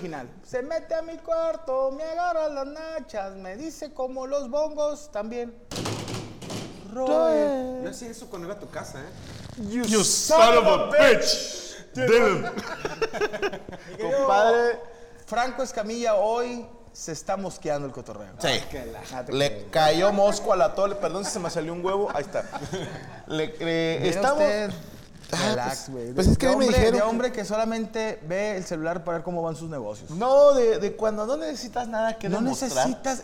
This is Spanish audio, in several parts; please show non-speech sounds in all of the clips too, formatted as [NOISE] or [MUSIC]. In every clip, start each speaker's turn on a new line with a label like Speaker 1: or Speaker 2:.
Speaker 1: final. Se mete a mi cuarto, me agarra las nachas, me dice como los bongos también. Roe.
Speaker 2: Yo hacía eso cuando iba a tu casa, ¿eh?
Speaker 1: You,
Speaker 3: son of a bitch. Dude.
Speaker 1: Mi querido Franco Escamilla hoy se está mosqueando el cotorreo.
Speaker 4: Sí.
Speaker 2: Que la-
Speaker 1: Ah, te
Speaker 4: Le
Speaker 1: creo.
Speaker 4: cayó mosco a la tole. Perdón si se me salió un huevo. Ahí está. Le, eh,
Speaker 1: Mira
Speaker 4: estamos.
Speaker 1: usted,
Speaker 4: Ah,
Speaker 1: Relax,
Speaker 4: pues-
Speaker 1: güey.
Speaker 4: pues es que
Speaker 1: De
Speaker 4: a mí me
Speaker 1: hombre-
Speaker 4: dijeron
Speaker 1: De
Speaker 4: que-
Speaker 1: hombre que solamente ve el celular para ver cómo van sus negocios.
Speaker 4: No, de, de cuando no necesitas nada que
Speaker 1: No
Speaker 4: demostrar. Ah,
Speaker 1: necesitas.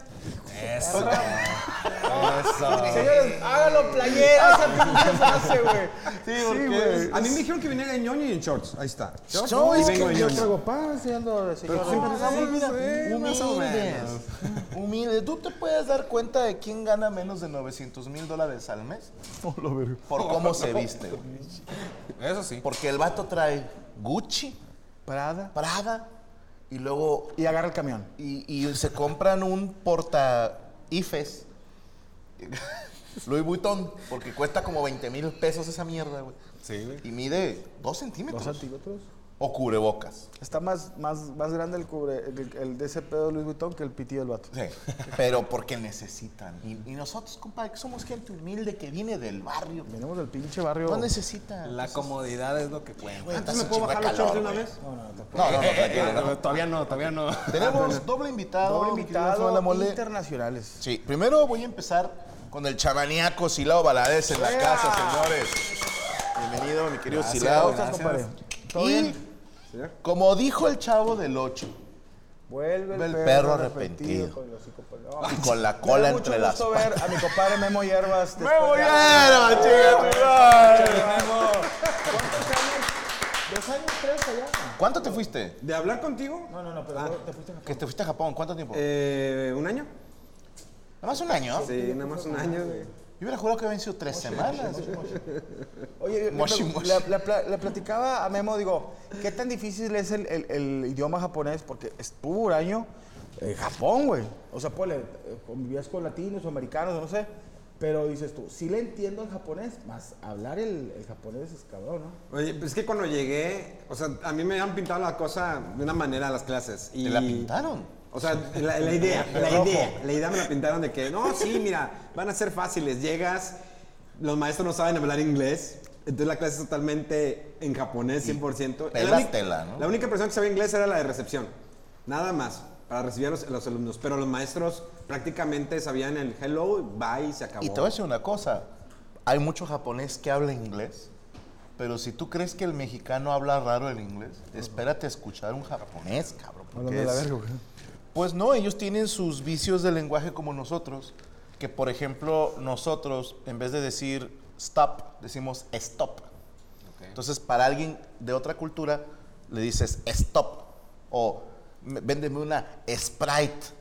Speaker 4: Eso.
Speaker 1: Señores, hágalo playera esa pinche frase, güey.
Speaker 4: Sí, porque-
Speaker 2: A mí me dijeron que viniera en ñoño y en shorts. Ahí está. Shorts.
Speaker 4: No,
Speaker 2: y
Speaker 4: es
Speaker 2: vengo
Speaker 4: que
Speaker 2: en
Speaker 4: yo
Speaker 2: ñoño.
Speaker 1: Traigo paz, siendo señor.
Speaker 2: más o
Speaker 4: Humildes.
Speaker 2: menos.
Speaker 4: Humilde. ¿Tú te puedes dar cuenta de quién gana menos de 900 mil dólares al mes? Por cómo se viste. güey.
Speaker 2: Eso sí.
Speaker 4: Porque el vato trae Gucci,
Speaker 1: Prada.
Speaker 4: Prada y luego.
Speaker 1: Y agarra el camión.
Speaker 4: Y, y se compran un porta IFES. [LAUGHS] Louis Vuitton, porque cuesta como 20 mil pesos esa mierda, güey.
Speaker 2: Sí, güey.
Speaker 4: Y mide 2 centímetros.
Speaker 1: centímetros.
Speaker 4: o cubrebocas.
Speaker 1: Está más, más, más grande el, cubre, el, el de ese pedo de Luis Vuitton que el pitido del vato.
Speaker 4: Sí, pero porque necesitan. Y, y nosotros, compadre, que somos gente humilde que viene del barrio.
Speaker 1: Venimos del pinche barrio.
Speaker 4: No necesitan.
Speaker 3: La comodidad es lo que cuenta.
Speaker 4: Antes
Speaker 2: ¿Me puedo bajar los shorts de una vez?
Speaker 4: No,
Speaker 2: [LAUGHS]
Speaker 4: no, no, tranquilo, no.
Speaker 3: Eh, Todavía no, todavía no.
Speaker 4: Tenemos doble invitado.
Speaker 1: Doble
Speaker 4: mi querida Fabiola
Speaker 1: invitado
Speaker 4: Mole.
Speaker 1: internacionales.
Speaker 4: Sí, primero voy a empezar con el chamaniaco Silao Valadez en la casa, señores. Bienvenido, mi querido Silao.
Speaker 1: Gracias, compadre. ¿Todo
Speaker 4: Y,
Speaker 1: bien?
Speaker 2: Señor.
Speaker 4: como dijo el chavo del 8,
Speaker 1: Vuelve
Speaker 4: el perro arrepentido.
Speaker 1: con los hocico pelón.
Speaker 4: y con la
Speaker 1: Me
Speaker 4: cola
Speaker 1: da
Speaker 4: entre
Speaker 1: mucho
Speaker 4: las
Speaker 1: gusto ver a mi compadre Memo Hierbas. después
Speaker 4: ¡Memo
Speaker 1: de-
Speaker 4: Hierbas, chinga tu madre!
Speaker 1: Memo. ¿Cuántos años? ¿Dos años? ¿Tres allá?
Speaker 4: ¿Cuánto te fuiste?
Speaker 2: ¿De hablar contigo?
Speaker 1: No, no, no,
Speaker 4: Ah.
Speaker 1: pero te fuiste
Speaker 4: Que te fuiste a Japón, ¿cuánto tiempo?
Speaker 2: Eh, ¿Un año?
Speaker 4: Nada más un año.
Speaker 2: Sí, nada más un año, güey.
Speaker 4: Yo hubiera jurado que habían sido tres semanas.
Speaker 1: Oye, yo-
Speaker 4: Moshi,
Speaker 1: yo-
Speaker 4: moshi.
Speaker 1: la- la pla- le platicaba a Memo, digo, ¿qué tan difícil es el, el- el idioma japonés? Porque estuvo un año en Japón, güey. O sea, pues le- eh, convivías con latinos o americanos, no sé. Pero dices tú, sí le entiendo el japonés, más hablar el, el japonés es cabrón, ¿no?
Speaker 2: Oye, pues es que cuando llegué, o sea, a mí me han pintado la cosa de una manera las clases. Y,
Speaker 4: ¿Te la pintaron?
Speaker 2: O sea, la,
Speaker 4: [LAUGHS]
Speaker 2: la idea, la idea, la idea me la pintaron de que, no, sí, mira, van a ser fáciles. Llegas, los maestros no saben hablar inglés, entonces la clase es totalmente en japonés, 100%.
Speaker 4: pelas
Speaker 2: La única-
Speaker 4: tela, ¿no?
Speaker 2: La única persona que sabía inglés era la de recepción, nada más, para recibir a los, a los alumnos. Pero los maestros prácticamente sabían el hello, bye y se acabó.
Speaker 4: Y te voy a decir una cosa. Hay mucho japonés que habla inglés, pero si tú crees que el mexicano habla raro el inglés, espérate a escuchar un japonés, cabrón. Porque es- Pues no, ellos tienen sus vicios de lenguaje como nosotros, que por ejemplo nosotros, en vez de decir stop, decimos stop. Entonces, para alguien de otra cultura, le dices stop o "M- véndeme una Sprite.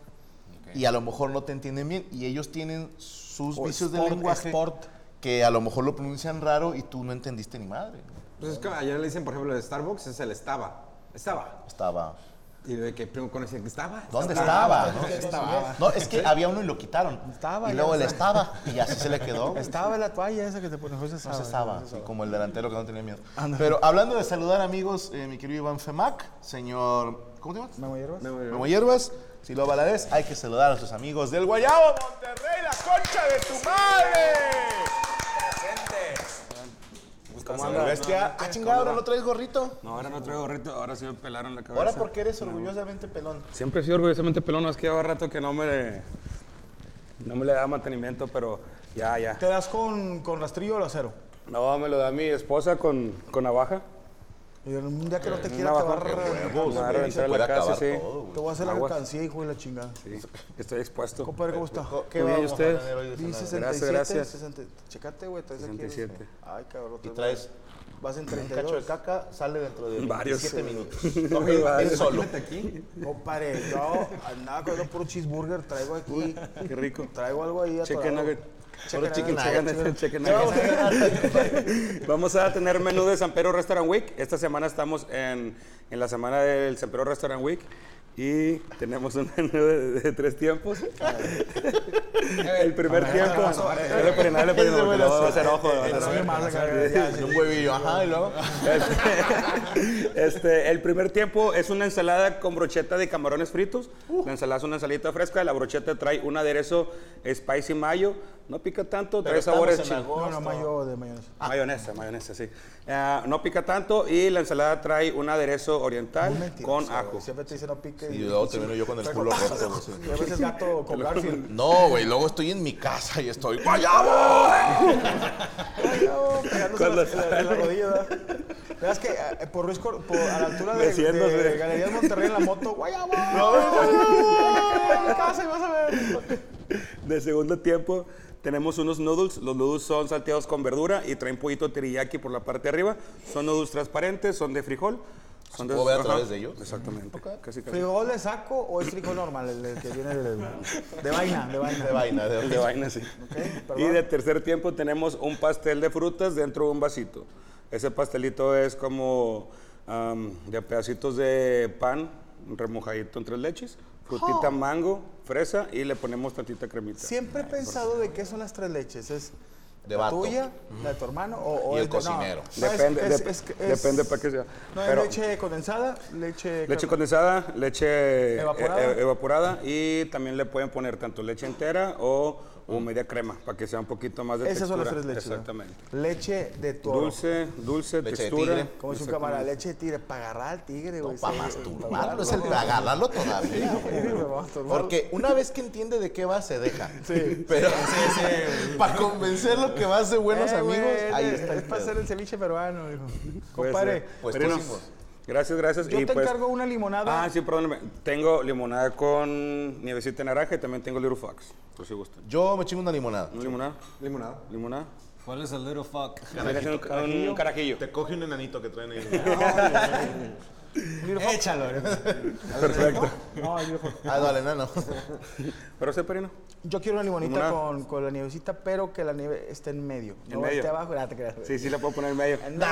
Speaker 4: Y a lo mejor no te entienden bien. Y ellos tienen sus
Speaker 1: O
Speaker 4: vicios de
Speaker 1: sport,
Speaker 4: lenguaje
Speaker 1: sport.
Speaker 4: que a lo mejor lo pronuncian raro y tú no entendiste ni madre.
Speaker 2: Entonces, Pues es que allá le dicen, por ejemplo, de Starbucks es el estaba. Estaba.
Speaker 4: Estaba.
Speaker 2: Y de que primero conocían que estaba.
Speaker 4: ¿Dónde estaba?
Speaker 2: ¿no? Estaba.
Speaker 4: No, es que había uno y lo quitaron.
Speaker 1: Estaba,
Speaker 4: y
Speaker 1: ya
Speaker 4: luego él
Speaker 1: está.
Speaker 4: estaba y así [LAUGHS] se le quedó.
Speaker 1: Estaba la toalla esa que te pones, no se
Speaker 4: No se estaba, sí, como el delantero que no tenía miedo.
Speaker 1: Ándale.
Speaker 4: Pero hablando de saludar amigos, eh, mi querido Iván Femac, señor, ¿cómo te llamas?
Speaker 1: ¿Memo Hierbas?
Speaker 2: Me voy a ir.
Speaker 4: Memo Hierbas, si lo Valadez, hay que saludar a sus amigos del Guayabo Monterrey, la concha de tu madre.
Speaker 2: Pues,
Speaker 4: ¿Cómo andas? Bestia. Ah, chingado, ahora no traes gorrito.
Speaker 5: No, ahora no traigo gorrito, ahora sí me pelaron la cabeza.
Speaker 4: Ahora porque eres orgullosamente pelón.
Speaker 5: Siempre he sido orgullosamente pelón, es que lleva rato que no me, no me le da mantenimiento, pero ya, ya.
Speaker 1: ¿Te das con, con rastrillo o acero?
Speaker 5: No, me lo da mi esposa con, con navaja.
Speaker 1: Y un día
Speaker 4: Eh,
Speaker 1: que no te
Speaker 5: Un
Speaker 1: quiera, te va a
Speaker 5: navajo.
Speaker 1: re-
Speaker 4: Huevos,
Speaker 5: Me va a
Speaker 4: güey,
Speaker 5: reventar
Speaker 4: se puede
Speaker 5: la casa,
Speaker 4: acabar
Speaker 5: sí.
Speaker 4: todo, güey.
Speaker 1: te voy a hacer la
Speaker 5: Aguas.
Speaker 1: alcancía, hijo de la chingada.
Speaker 5: Sí, estoy expuesto.
Speaker 1: Compadre, ¿cómo está?
Speaker 4: Eh, ¿Qué
Speaker 5: Muy bien, ¿y
Speaker 4: vamos a
Speaker 5: ustedes?
Speaker 4: tener hoy de
Speaker 1: Di
Speaker 4: cenar?
Speaker 1: 67,
Speaker 5: gracias.
Speaker 1: 60. Checate, güey, traes aquí. el- este.
Speaker 5: 67.
Speaker 1: Ay, cabrón.
Speaker 4: Y
Speaker 1: te-
Speaker 4: traes
Speaker 1: Vas en
Speaker 4: un cacho de
Speaker 1: 32.
Speaker 4: caca, sale dentro de
Speaker 5: Varios.
Speaker 4: 7 [LAUGHS] minutos.
Speaker 5: Muy
Speaker 4: Él
Speaker 5: varios.
Speaker 4: solo.
Speaker 2: aquí.
Speaker 1: Compadre, yo andaba con puro cheeseburger, traigo aquí.
Speaker 5: Qué rico.
Speaker 1: Traigo algo ahí.
Speaker 5: Chicken
Speaker 1: atorado.
Speaker 5: nugget.
Speaker 1: Chicken
Speaker 4: chicken
Speaker 1: nugget,
Speaker 4: nugget.
Speaker 1: chicken nugget.
Speaker 5: Chicken [LAUGHS] nugget. [LAUGHS] Vamos a tener menú de San Pedro Restaurant Week. Esta semana estamos en, en la semana del San Pedro Restaurant Week. Y tenemos un [LAUGHS] menú de, de tres tiempos. el primer tiempo. No le ponen nada, no le ponen nada, porque luego va a hacer ojo. va a hacer ojo.
Speaker 4: Un huevillo, ajá, y luego.
Speaker 5: Este, [LAUGHS] este, el primer tiempo es una ensalada con brocheta de camarones fritos.
Speaker 4: Uh.
Speaker 5: La ensalada es una ensaladita fresca. La brocheta trae un aderezo spicy mayo. No pica tanto, trae
Speaker 4: estamos
Speaker 5: sabores
Speaker 4: en
Speaker 5: chi-
Speaker 4: agosto.
Speaker 1: No, no, mayo de mayonesa.
Speaker 5: Mayonesa, mayonesa, sí. Ah, no pica tanto y la ensalada trae un aderezo oriental con ajo.
Speaker 1: Siempre te dice no pique.
Speaker 4: Y luego termino yo con el culo roto. güey, sí.
Speaker 1: Y a veces
Speaker 5: [LAUGHS]
Speaker 1: gato con Garfield.
Speaker 4: No, güey, luego estoy en mi casa y estoy [LAUGHS] ¡Guayabo!
Speaker 1: Cuidado, pegándose
Speaker 5: Cuando
Speaker 1: la, la-
Speaker 5: [LAUGHS]
Speaker 1: la rodilla. ¿verdad? Veas que eh, por Ruiz Cor- por- a la altura de,
Speaker 5: Meciéndose.
Speaker 1: de Galerías Monterrey en la moto, guayabo. casa y vas a ver.
Speaker 5: De segundo tiempo tenemos unos noodles. Los noodles son salteados con verdura y traen pollito teriyaki por la parte de arriba. Son noodles transparentes, son de frijol. Son
Speaker 4: ¿Puedo ver a
Speaker 5: ajá,
Speaker 4: través de ellos?
Speaker 5: Exactamente. Casi, casi.
Speaker 1: ¿Frijol de saco o es frijol normal? El, el que viene de, de vaina, de vaina.
Speaker 4: De vaina, de
Speaker 5: El de vaina, sí.
Speaker 1: perdón.
Speaker 5: y de tercer tiempo tenemos un pastel de frutas dentro de un vasito. Ese pastelito es como am, de pedacitos de pan remojadito en tres leches, frutita mango, fresa y le ponemos tantita cremita.
Speaker 1: Oh. Siempre he pensado de qué son las tres leches. ¿Es
Speaker 4: De
Speaker 1: la
Speaker 4: vato.
Speaker 1: tuya, la de tu hermano o, o
Speaker 4: Y el
Speaker 1: es de- no,
Speaker 4: cocinero.
Speaker 1: ¿sabes?
Speaker 5: Depende,
Speaker 1: Es-
Speaker 5: dep-
Speaker 1: es que es-
Speaker 5: depende para qué sea.
Speaker 1: No,
Speaker 5: Pero-
Speaker 1: es leche condensada, leche...
Speaker 5: Leche
Speaker 1: crema.
Speaker 5: condensada, leche eh,
Speaker 1: Evaporada.
Speaker 5: eh, evaporada y también le pueden poner tanto leche entera o, o media crema para que sea un poquito más de
Speaker 1: Ah. Esas son
Speaker 5: textura.
Speaker 1: las tres leches. ¿no?
Speaker 5: Exactamente.
Speaker 1: Leche de toro.
Speaker 5: Dulce, dulce,
Speaker 4: Leche de
Speaker 5: textura.
Speaker 4: tigre.
Speaker 1: Como dice un camarada, leche de tigre. Para agarrar al tigre, güey.
Speaker 4: Para
Speaker 1: sí,
Speaker 4: masturbarlo, es el para agarrarlo todavía,
Speaker 1: güey,
Speaker 4: güey.
Speaker 1: [LAUGHS] para masturbarlo.
Speaker 4: [LAUGHS] Porque una vez que entiende de qué va, se deja. Sí. Pero [LAUGHS] para convencerlo que vas de buenos
Speaker 1: Eh,
Speaker 4: amigos,
Speaker 1: güey,
Speaker 4: ahí
Speaker 1: es-
Speaker 4: está el
Speaker 1: Es para hacer
Speaker 4: pedo.
Speaker 1: el ceviche peruano, hijo.
Speaker 5: Puede
Speaker 1: Compadre,
Speaker 5: ser.
Speaker 4: pues
Speaker 5: Pero
Speaker 4: tú
Speaker 5: no.
Speaker 4: hicimos.
Speaker 5: Gracias, gracias.
Speaker 1: yo
Speaker 5: Y
Speaker 1: te
Speaker 5: pues-
Speaker 1: encargo una limonada.
Speaker 5: Ah, sí, perdóname. Tengo limonada con nievecita de naranja y también tengo Little Fox, por si gustan.
Speaker 4: Yo me chingo una limonada.
Speaker 5: ¿Una limonada?
Speaker 2: Limonada.
Speaker 5: ¿Limonada?
Speaker 3: ¿Cuál es el little fuck?
Speaker 5: Viene siendo Un carajillo.
Speaker 4: coge un enanito que traen ahí.
Speaker 3: Échalo.
Speaker 5: Perfecto.
Speaker 1: [LAUGHS] No, yo,
Speaker 4: Ah, no, al enano.
Speaker 5: Pero sé, Perino.
Speaker 1: yo quiero una limonita
Speaker 5: Limonada.
Speaker 1: con, con la nievecita, pero que la nieve esté en medio. no
Speaker 5: medio.
Speaker 1: esté abajo. Ah, te creas.
Speaker 5: Sí, sí, la puedo poner en medio.
Speaker 1: Nah.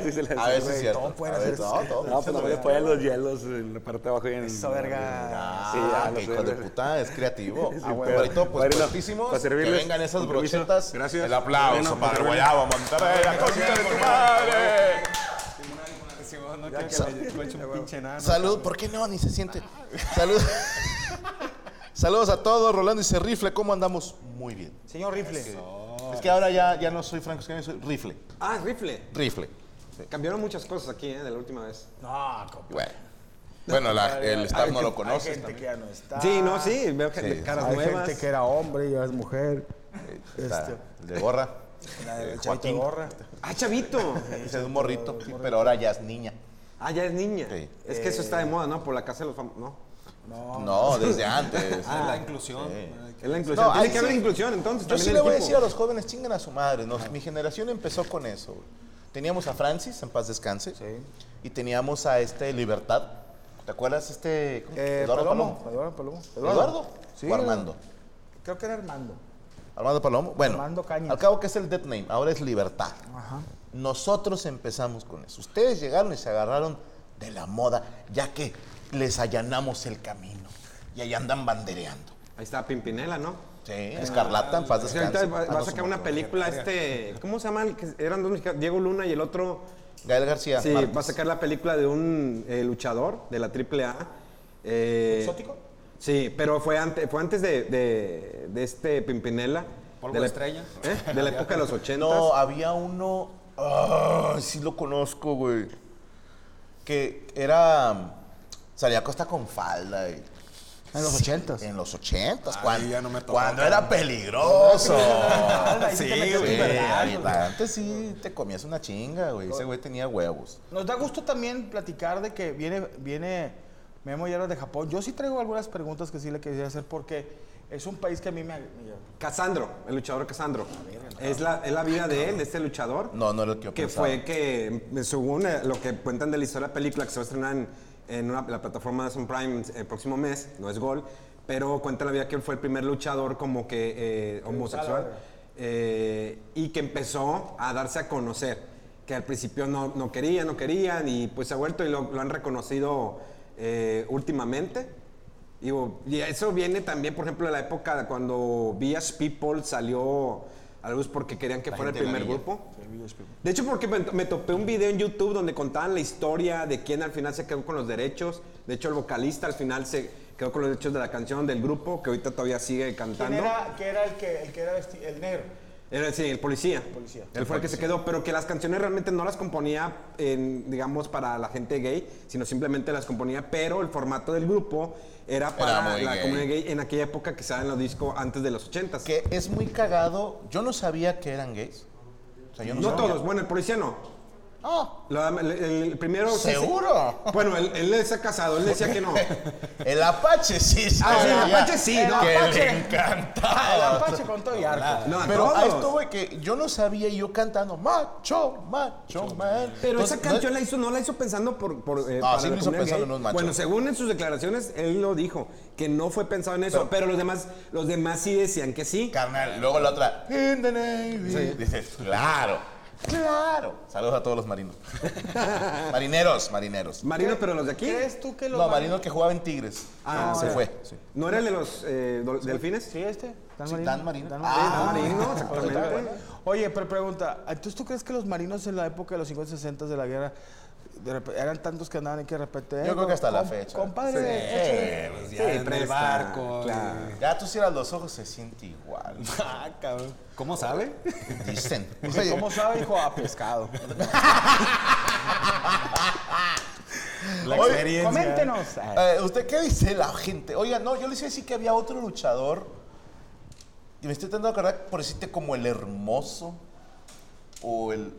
Speaker 5: [LAUGHS] Sí, se la-
Speaker 4: A ver si es cierto.
Speaker 1: todo puede
Speaker 4: A ver,
Speaker 1: ser-
Speaker 4: todo, todo.
Speaker 5: No, pues no le ponen los hielos en la parte de abajo y en
Speaker 1: Esa verga.
Speaker 5: Sí,
Speaker 4: Ah,
Speaker 5: ya,
Speaker 4: que
Speaker 5: lo
Speaker 4: hijo
Speaker 5: sé.
Speaker 4: de puta, es
Speaker 5: [LAUGHS]
Speaker 4: creativo. Ah,
Speaker 5: pero-
Speaker 4: Compadrito, pues
Speaker 5: Padrino,
Speaker 4: puestísimos,
Speaker 5: para
Speaker 4: que
Speaker 5: servirles.
Speaker 4: vengan esas
Speaker 5: Con permiso.
Speaker 4: brochetas.
Speaker 5: Gracias. pues,
Speaker 4: El aplauso,
Speaker 5: Padrino,
Speaker 4: padre
Speaker 5: Padrino.
Speaker 4: Guayaba, Monterrey, la cosita de tu madre.
Speaker 3: No quiero que le eche un pinche nano.
Speaker 4: Salud, ¿por qué no? Ni se siente. Salud. Saludos a todos, Rolando y se rifle, ¿cómo andamos? Muy bien.
Speaker 1: Señor Rifle.
Speaker 4: Es que ahora ya, ya no soy Franco Escamilla, soy rifle.
Speaker 2: Ah, rifle.
Speaker 4: Rifle.
Speaker 2: Cambiaron muchas cosas aquí, ¿eh? De la última vez.
Speaker 1: No, compadre.
Speaker 4: Bueno, bueno la- el staff no lo
Speaker 1: Hay
Speaker 4: conoce.
Speaker 1: gente que ya no está.
Speaker 2: Sí, no, sí. Veo que-
Speaker 4: Ah, Sí.
Speaker 2: caras
Speaker 1: Hay
Speaker 2: nuevas.
Speaker 1: gente que era hombre y ahora es mujer.
Speaker 4: Está
Speaker 1: Este.
Speaker 4: el de gorra.
Speaker 1: La
Speaker 4: Eh,
Speaker 1: de Chavito
Speaker 4: Joaquín.
Speaker 1: Gorra.
Speaker 2: Ah, chavito.
Speaker 4: Ese de un morrito, sí, pero ahora ya es niña.
Speaker 2: Ah, ya es niña.
Speaker 4: Sí. Eh.
Speaker 2: Es que eso está de moda, ¿no? Por la casa de los famosos. No.
Speaker 5: Oh.
Speaker 4: No, desde
Speaker 5: [LAUGHS]
Speaker 4: antes.
Speaker 5: Ah,
Speaker 3: La inclusión.
Speaker 2: Es la inclusión. Tiene
Speaker 4: ahí sí.
Speaker 2: que haber inclusión, entonces.
Speaker 4: Yo
Speaker 2: también
Speaker 4: sí
Speaker 2: el
Speaker 4: Pues le voy a
Speaker 2: equipo.
Speaker 4: decir a los jóvenes, chingan a su madre. Nos- mi generación empezó con eso. güey. Teníamos a Francis, en paz descanse. Y teníamos a este Libertad. ¿Te acuerdas este? ¿cómo?
Speaker 1: Eh,
Speaker 4: Eduardo
Speaker 1: Palomo.
Speaker 4: Palomo.
Speaker 1: Eduardo Palomo.
Speaker 4: ¿Eduardo?
Speaker 1: Sí.
Speaker 4: O Armando.
Speaker 1: Creo que era Armando.
Speaker 4: Armando Palomo. Bueno,
Speaker 1: Armando Cañas.
Speaker 4: al cabo que es el dead name, ahora es Libertad.
Speaker 1: Ajá.
Speaker 4: Nosotros empezamos con eso. Ustedes llegaron y se agarraron de la moda, ya que les allanamos el camino. Y ahí andan bandereando.
Speaker 2: Ahí está Pimpinela, ¿no?
Speaker 4: Sí, Escarlata, en paz
Speaker 2: Es que Ah, ahorita
Speaker 4: descanse.
Speaker 2: va, va a sacar una película este. ¿Cómo se llama? el que eran dos mexicanos, Diego Luna y el otro.
Speaker 4: Gael García.
Speaker 2: Sí,
Speaker 4: Márquez.
Speaker 2: va a sacar la película de un eh, luchador de la AAA. Eh,
Speaker 1: ¿Exótico?
Speaker 2: Sí, pero fue antes, fue antes de, de- de este Pimpinela.
Speaker 3: Polvo
Speaker 2: de la
Speaker 3: estrella.
Speaker 2: ¿Eh?
Speaker 3: [LAUGHS]
Speaker 2: De la época de los 80.
Speaker 4: No, había uno. Ay, sí lo conozco, güey. Que era. Salía a Costa con falda. y-
Speaker 1: En los
Speaker 4: Sí,
Speaker 1: ochentas.
Speaker 4: En los ochentas.
Speaker 3: Ay,
Speaker 4: Cuando,
Speaker 3: ya no me tocó,
Speaker 4: cuando
Speaker 3: cabrón.
Speaker 4: era peligroso.
Speaker 1: [LAUGHS] ahí sí te metió tu
Speaker 4: güey,
Speaker 1: vergazo,
Speaker 4: ahorita, Antes sí te comías una chinga, güey. Ese güey tenía huevos.
Speaker 1: Nos da gusto también platicar de que viene, viene Memo Hierbas de Japón. Yo sí traigo algunas preguntas que sí le quería hacer porque es un país que a mí me... me-
Speaker 2: Casandro, el luchador Casandro.
Speaker 3: Ah,
Speaker 2: Es la, es la vida de él, de este luchador.
Speaker 4: No, no era el que yo
Speaker 2: Que
Speaker 4: pensaba.
Speaker 2: fue que, según eh, lo que cuentan de la historia de la película, que se va a estrenar en, en una- la plataforma de Amazon Prime el próximo mes, no es gol, pero cuenta la vida que él fue el primer luchador como que eh, homosexual eh, y que empezó a darse a conocer. Que al principio no, no querían, no querían y pues se ha vuelto y lo, lo han reconocido eh, últimamente. Digo, y eso viene también, por ejemplo, de la época de cuando VH People salió a la luz porque querían que fuera el
Speaker 4: gente la
Speaker 2: primer
Speaker 4: veía.
Speaker 2: grupo. De hecho, porque me, me topé un video en YouTube donde contaban la historia de quién al final se quedó con los derechos. De hecho, el vocalista al final se quedó con los derechos de la canción del grupo, que ahorita todavía sigue cantando.
Speaker 1: ¿Quién era, que era el que, el que era vesti- el negro?
Speaker 2: Era sí, el policía.
Speaker 1: policía.
Speaker 2: Él fue el que se quedó, pero que las canciones realmente no las componía, en, digamos, para la gente gay, sino simplemente las componía, pero el formato del grupo era para
Speaker 4: muy
Speaker 2: la
Speaker 4: gay.
Speaker 2: comunidad gay en aquella época que salen los discos antes de los 80
Speaker 4: Que es muy cagado. Yo no sabía que eran gays. O sea, yo no,
Speaker 2: No
Speaker 4: sabía.
Speaker 2: todos, bueno, el policía no.
Speaker 4: Ah,
Speaker 2: Lo- el, el primero... sí, sí.
Speaker 4: ¿Seguro?
Speaker 2: Bueno, él, él está casado, él decía que no.
Speaker 4: [LAUGHS] el Apache sí.
Speaker 2: Ah, sí, el
Speaker 4: sabía
Speaker 2: Apache sí, no,
Speaker 4: Que
Speaker 1: Apache.
Speaker 4: le encantaba. Ah,
Speaker 1: El Apache con todo y arco.
Speaker 2: No,
Speaker 4: Pero
Speaker 2: todos.
Speaker 4: a esto, güey, que yo no sabía y yo cantando macho, macho, man.
Speaker 2: Pero
Speaker 4: Entonces,
Speaker 2: esa
Speaker 4: no-
Speaker 2: canción la hizo, no la hizo pensando por. por eh,
Speaker 4: Ah, sí
Speaker 2: la
Speaker 4: lo hizo
Speaker 2: comunidad
Speaker 4: pensando
Speaker 2: gay.
Speaker 4: en un macho.
Speaker 2: Bueno, según en sus declaraciones, él lo dijo, que no fue pensado en eso. Pero, los demás, los demás sí decían que sí.
Speaker 4: Carnal, luego la otra. In the Navy. Dices, claro, claro. Saludos a todos los marinos. marineros, marineros.
Speaker 2: Marino, pero los de aquí.
Speaker 1: ¿Crees tú que los
Speaker 4: no,
Speaker 1: mar-
Speaker 4: marinos que jugaba en Tigres.
Speaker 2: Ah,
Speaker 4: se
Speaker 2: ya.
Speaker 4: fue. Sí.
Speaker 2: ¿No era el de los eh, do- delfines?
Speaker 1: ¿Sí este?
Speaker 4: Sí, Dan Marino.
Speaker 2: Ah, Marino,
Speaker 1: Ahorita,
Speaker 2: exactamente.
Speaker 1: pues,
Speaker 4: pues.
Speaker 1: Oye, pero pregunta, ¿entonces tú crees que los marinos en la época de los 50 y 60 de la guerra de repe- eran tantos que andaban y que de repente... eh,
Speaker 4: Yo creo que hasta la
Speaker 1: com-
Speaker 4: fecha.
Speaker 1: Compadre,
Speaker 4: [LAUGHS] Sí, pues,
Speaker 2: Sí,
Speaker 4: ya,
Speaker 2: presta,
Speaker 3: el
Speaker 4: eh.
Speaker 3: barco,
Speaker 2: claro.
Speaker 4: ya tú cierras los ojos, se siente igual.
Speaker 3: ¿Cómo sabe?
Speaker 4: Dicen.
Speaker 1: Dice, ¿cómo sabe, hijo? A pescado.
Speaker 4: La
Speaker 1: Oye, coméntenos. Ay,
Speaker 4: Eh, ¿Usted qué dice la gente? Oiga, no, yo les iba a decir que había otro luchador. Y me estoy tratando de acordar, por decirte, como el hermoso. O el.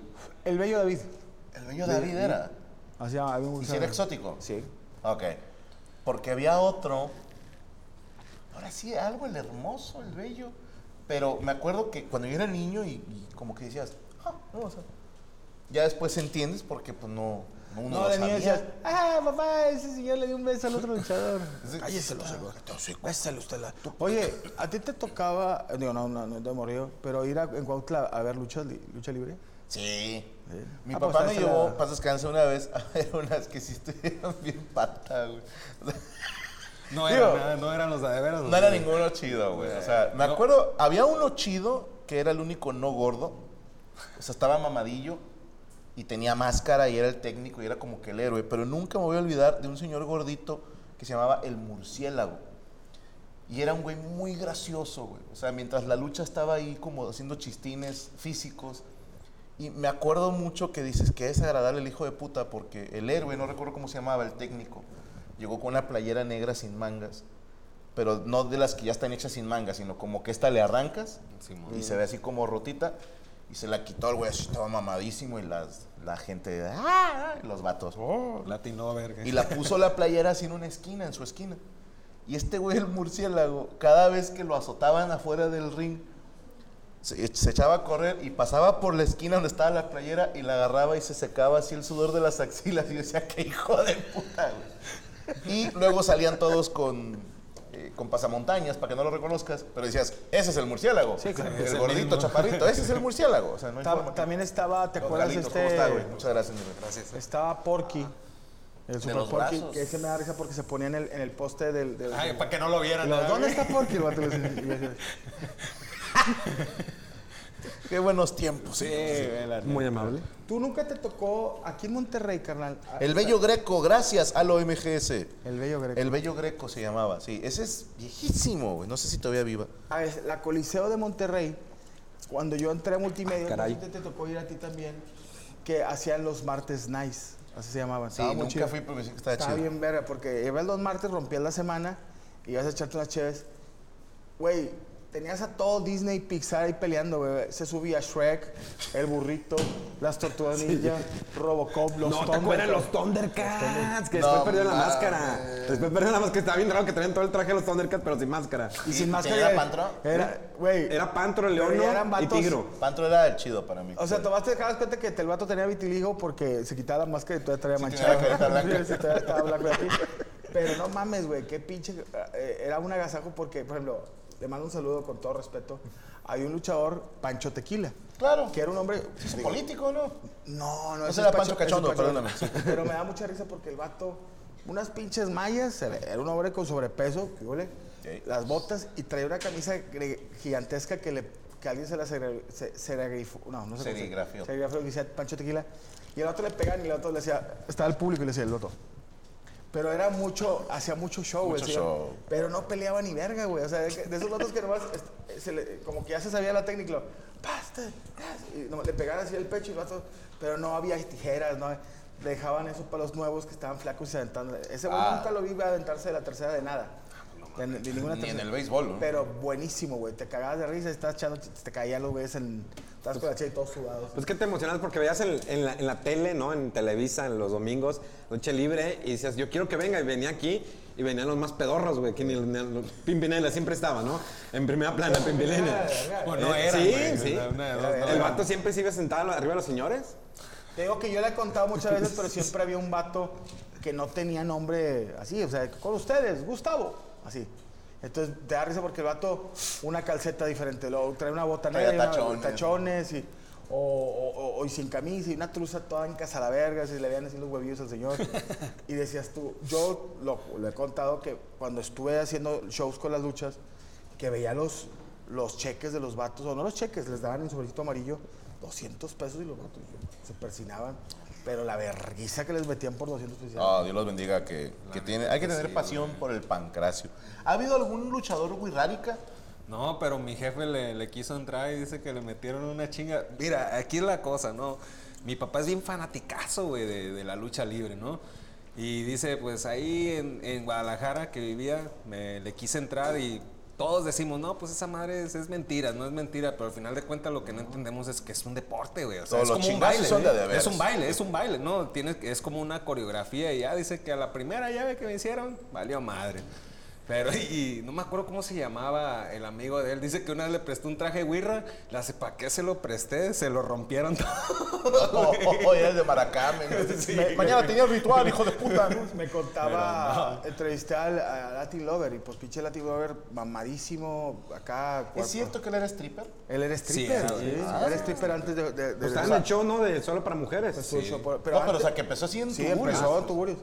Speaker 1: El bello David.
Speaker 4: El bello David era.
Speaker 1: Así llama, había un
Speaker 4: ¿Y si era exótico?
Speaker 1: Sí.
Speaker 4: Ok. Porque había otro. Ahora sí, algo el hermoso, el bello. Pero me acuerdo que cuando yo era niño y, y como que decías, ah, vamos a. Ya después entiendes porque, pues no. No, uno
Speaker 1: No,
Speaker 4: lo
Speaker 1: de niño
Speaker 4: sabía.
Speaker 1: decías, ah, papá, ese señor le dio un beso al otro luchador.
Speaker 4: Sí.
Speaker 1: Cállese los
Speaker 4: Cállate, hocico.
Speaker 1: Bésale usted la... Oye, ¿a ti te tocaba, digo, no, no, no te morido, pero ir a, en Cuautla a ver lucha, li- lucha libre?
Speaker 4: Sí. Mi
Speaker 1: Ah,
Speaker 4: papá
Speaker 1: pues,
Speaker 4: me
Speaker 1: a esa
Speaker 4: llevó,
Speaker 1: edad.
Speaker 4: para descansar una vez, a ver unas que sí estuvieron [LAUGHS] bien pata, güey. O sea,
Speaker 3: No
Speaker 4: Digo,
Speaker 3: eran, nada, no eran los de de veras.
Speaker 4: no era ninguno chido, güey. O sea, me acuerdo, había uno chido que era el único no gordo. O sea, estaba mamadillo y tenía máscara y era el técnico y era como que el héroe. Pero nunca me voy a olvidar de un señor gordito que se llamaba El Murciélago. Y era un güey muy gracioso, güey. O sea, mientras la lucha estaba ahí como haciendo chistines físicos. Y me acuerdo mucho que dices que es agradable el hijo de puta porque el héroe, no recuerdo cómo se llamaba, el técnico, llegó con una playera negra sin mangas. Pero no de las que ya están hechas sin mangas, sino como que esta le arrancas y se ve así como rotita. Y se la quitó el güey, así estaba mamadísimo. Y las, la gente, ¡ah! y los vatos, ¡oh!
Speaker 3: Latino, verga.
Speaker 4: Y la puso la playera así en una esquina, en su esquina. Y este güey, el murciélago, cada vez que lo azotaban afuera del ring, se, se echaba a correr y pasaba por la esquina donde estaba la playera y la agarraba y se secaba así el sudor de las axilas. Y yo decía, qué hijo de puta, güey. Y luego salían todos con, eh, con pasamontañas para que no lo reconozcas. Pero decías, ese es el murciélago. El, gordito, chaparrito, ese es el murciélago. O sea, no hay
Speaker 1: Ta-
Speaker 4: forma que-
Speaker 1: también estaba, ¿te
Speaker 4: Los
Speaker 1: acuerdas
Speaker 4: galitos,
Speaker 1: este?
Speaker 4: ¿cómo está, güey? Muchas gracias, mi rey.
Speaker 1: Estaba Porky. El super
Speaker 4: los
Speaker 1: Porky,
Speaker 4: brazos.
Speaker 1: que ese me da risa porque se ponía en el, en el poste del. del-
Speaker 3: Ay,
Speaker 1: del-
Speaker 3: para que no lo vieran.
Speaker 1: Los,
Speaker 3: ¿verdad,
Speaker 1: ¿Dónde
Speaker 3: güey?
Speaker 1: está Porky? El vato le decía- le decía-
Speaker 4: Qué buenos tiempos. eh.
Speaker 3: Sí, güey, la
Speaker 2: Muy amable.
Speaker 1: Tú nunca te tocó aquí en Monterrey, carnal. a-
Speaker 4: El Bello Greco, gracias a lo MGS.
Speaker 1: El bello greco.
Speaker 4: El Bello Greco se llamaba, sí. Ese es viejísimo, güey. No sé si todavía viva.
Speaker 1: A ver, Ah, la Coliseo de Monterrey, cuando yo entré a
Speaker 4: Ah,
Speaker 1: multimedia,
Speaker 2: caray.
Speaker 1: no sé si te, te tocó ir a ti también, que hacían los martes nice. Así se llamaban.
Speaker 4: Sí,
Speaker 1: Estaba muy
Speaker 4: nunca
Speaker 1: chido.
Speaker 4: fui porque sí que estaba
Speaker 1: Estaba
Speaker 4: chido.
Speaker 1: bien verga, porque ibas los martes, rompías la semana, ibas a echarte unas chéves. Güey, tenías a todo Disney y Pixar ahí peleando, güey. Se subía Shrek, el burrito, las tortugas ninja, Robocop, los
Speaker 2: no, ¿te acuerdas
Speaker 1: Thundercats.
Speaker 2: los Thundercats? Que
Speaker 4: No,
Speaker 2: después perdieron la
Speaker 4: mames.
Speaker 2: máscara. Después perdieron la máscara. Estaba bien raro que traían todo el traje de los Thundercats, pero sin máscara.
Speaker 1: Y sin
Speaker 4: ¿Y
Speaker 1: máscara.
Speaker 4: era
Speaker 1: güey.
Speaker 4: Pantro?
Speaker 1: Era, güey.
Speaker 2: Era Pantro,
Speaker 1: pero ya eran
Speaker 2: Leono y
Speaker 1: vatos-
Speaker 2: Tigro.
Speaker 4: Pantro era el chido para mí.
Speaker 1: O sea, tomaste te dabas cuenta que el vato tenía vitiligo porque se quitaba la máscara y todavía traía manchada.
Speaker 4: tenía la carita blanca.
Speaker 1: Sí, sí, todavía estaba blanco de aquí. Pero no mames, güey, qué pinche. eh, Era un agasajo porque, por ejemplo, le mando un saludo con todo respeto. Hay un luchador, Pancho Tequila.
Speaker 4: Claro.
Speaker 1: Que era un hombre.
Speaker 4: Es
Speaker 1: digo,
Speaker 4: político, ¿no?
Speaker 1: No, no,
Speaker 4: Ese
Speaker 1: ese
Speaker 4: era
Speaker 1: es
Speaker 4: Pancho Cachondo,
Speaker 1: ese es Pancho
Speaker 4: perdóname.
Speaker 1: Cachondo. Pero me da mucha risa porque el vato unas pinches mallas, se ve- era un hombre con sobrepeso, ¿qué huele?
Speaker 4: Sí.
Speaker 1: las botas y traía una camisa gre- gigantesca que, le, que alguien se la cere- se- serigrafó, no, no sé cómo se-
Speaker 4: Serigrafió.
Speaker 1: serigrafió, que decía Pancho Tequila, y el otro le pegan y el otro le decía, estaba el público y le decía el otro. Pero era mucho, hacía mucho show,
Speaker 4: Mucho
Speaker 1: el señor.
Speaker 4: show.
Speaker 1: Pero no peleaba ni verga, güey. O sea, de, que- de esos lotos que nomás, este, se le- como que ya se sabía la técnica. lo, Pasta, pasta", y nomás le pegaban así el pecho y el vato, pero no había tijeras, no. Le dejaban eso para los nuevos que estaban flacos y se aventaban. Ese güey
Speaker 4: Ah.
Speaker 1: nunca lo vi aventarse de la tercera de nada. De, de ninguna
Speaker 4: Ni
Speaker 1: tercera.
Speaker 4: en el béisbol, ¿no?
Speaker 1: Pero buenísimo, güey. Te cagabas de risa, estabas echando, ch- te caían los güeyes en. Estabas con la chela y todos sudados.
Speaker 2: Pues que te emocionas porque veías en, en la, en la tele, ¿no? En Televisa, en los domingos, noche libre, y decías, yo quiero que venga, y venía aquí, y venían los más pedorros, güey, que ni, ni- los- Pimpinela siempre estaba, ¿no? En primera
Speaker 3: [LAUGHS]
Speaker 2: plana, Pimpinela.
Speaker 3: Bueno, no
Speaker 2: Eh,
Speaker 3: era,
Speaker 2: Sí,
Speaker 3: güey,
Speaker 2: sí.
Speaker 3: era una de dos,
Speaker 2: El vato siempre se iba sentado arriba de los señores.
Speaker 1: Te digo que yo le he contado muchas veces, pero siempre había un vato que no tenía nombre así, o sea, con ustedes, Gustavo, así. Entonces te da risa porque el vato, una calceta diferente, luego trae una bota
Speaker 4: Traía
Speaker 1: negra, y una-
Speaker 4: tachones.
Speaker 1: tachones y, o, o- o- o y sin camisa y una truza toda en casa la verga, y le habían así los huevillos
Speaker 4: [LAUGHS]
Speaker 1: al señor. y decías tú, yo lo, lo he contado que cuando estuve haciendo shows con las luchas, que veía los, los cheques de los vatos, o no los cheques, les daban en sobrecito amarillo 200 pesos y los vatos se persinaban. Pero la verguiza que les metían por 200 pesos.
Speaker 4: No, Dios los bendiga que, que tiene, hay que tener pasión por el pancracio. ¿Ha habido algún luchador [LAUGHS] guirrárica?
Speaker 3: No, pero mi jefe le, le quiso entrar y dice que le metieron una chinga. Mira, aquí es la cosa, ¿no? Mi papá es bien fanaticazo, güey, de, de la lucha libre, ¿no? Y dice, pues ahí en, en Guadalajara que vivía, me, le quise entrar y todos decimos, no, pues esa madre es, es mentira, no es mentira, pero al final de cuentas lo que no entendemos es que es un deporte, güey. O sea,
Speaker 4: Todos
Speaker 3: es
Speaker 4: los
Speaker 3: como un
Speaker 4: chingazos
Speaker 3: baile.
Speaker 4: son de
Speaker 3: ¿eh?
Speaker 4: de veras.
Speaker 3: es un baile, es un baile, ¿no? Tienes, que- es como una coreografía y ya dice que a la primera llave que me hicieron, valió madre. Pero, [LAUGHS] y no me acuerdo cómo se llamaba el amigo de él. Dice que una vez le prestó un traje guirra, la sé para qué se lo presté, se lo rompieron [LAUGHS] todo.
Speaker 4: Oh, oh, oh, era el de [LAUGHS] Maracame. ¿no? Me- mañana tenía el ritual, hijo de puta. ¿no?
Speaker 1: pues, Me contaba, entrevisté al, a Latin Lover y pues pinche Latin Lover mamadísimo acá. cuerpo.
Speaker 4: ¿Es cierto que él era stripper?
Speaker 1: Él era stripper.
Speaker 3: Sí,
Speaker 1: Sí, Ah, era stripper antes de. de, de
Speaker 2: Pues estaban en el show, ¿no? De solo para mujeres.
Speaker 1: su show, pero
Speaker 4: no, pero o
Speaker 1: antes-
Speaker 4: sea, que empezó así en Ah,
Speaker 1: Sí,
Speaker 4: tuburios.
Speaker 1: empezó en Tuburios.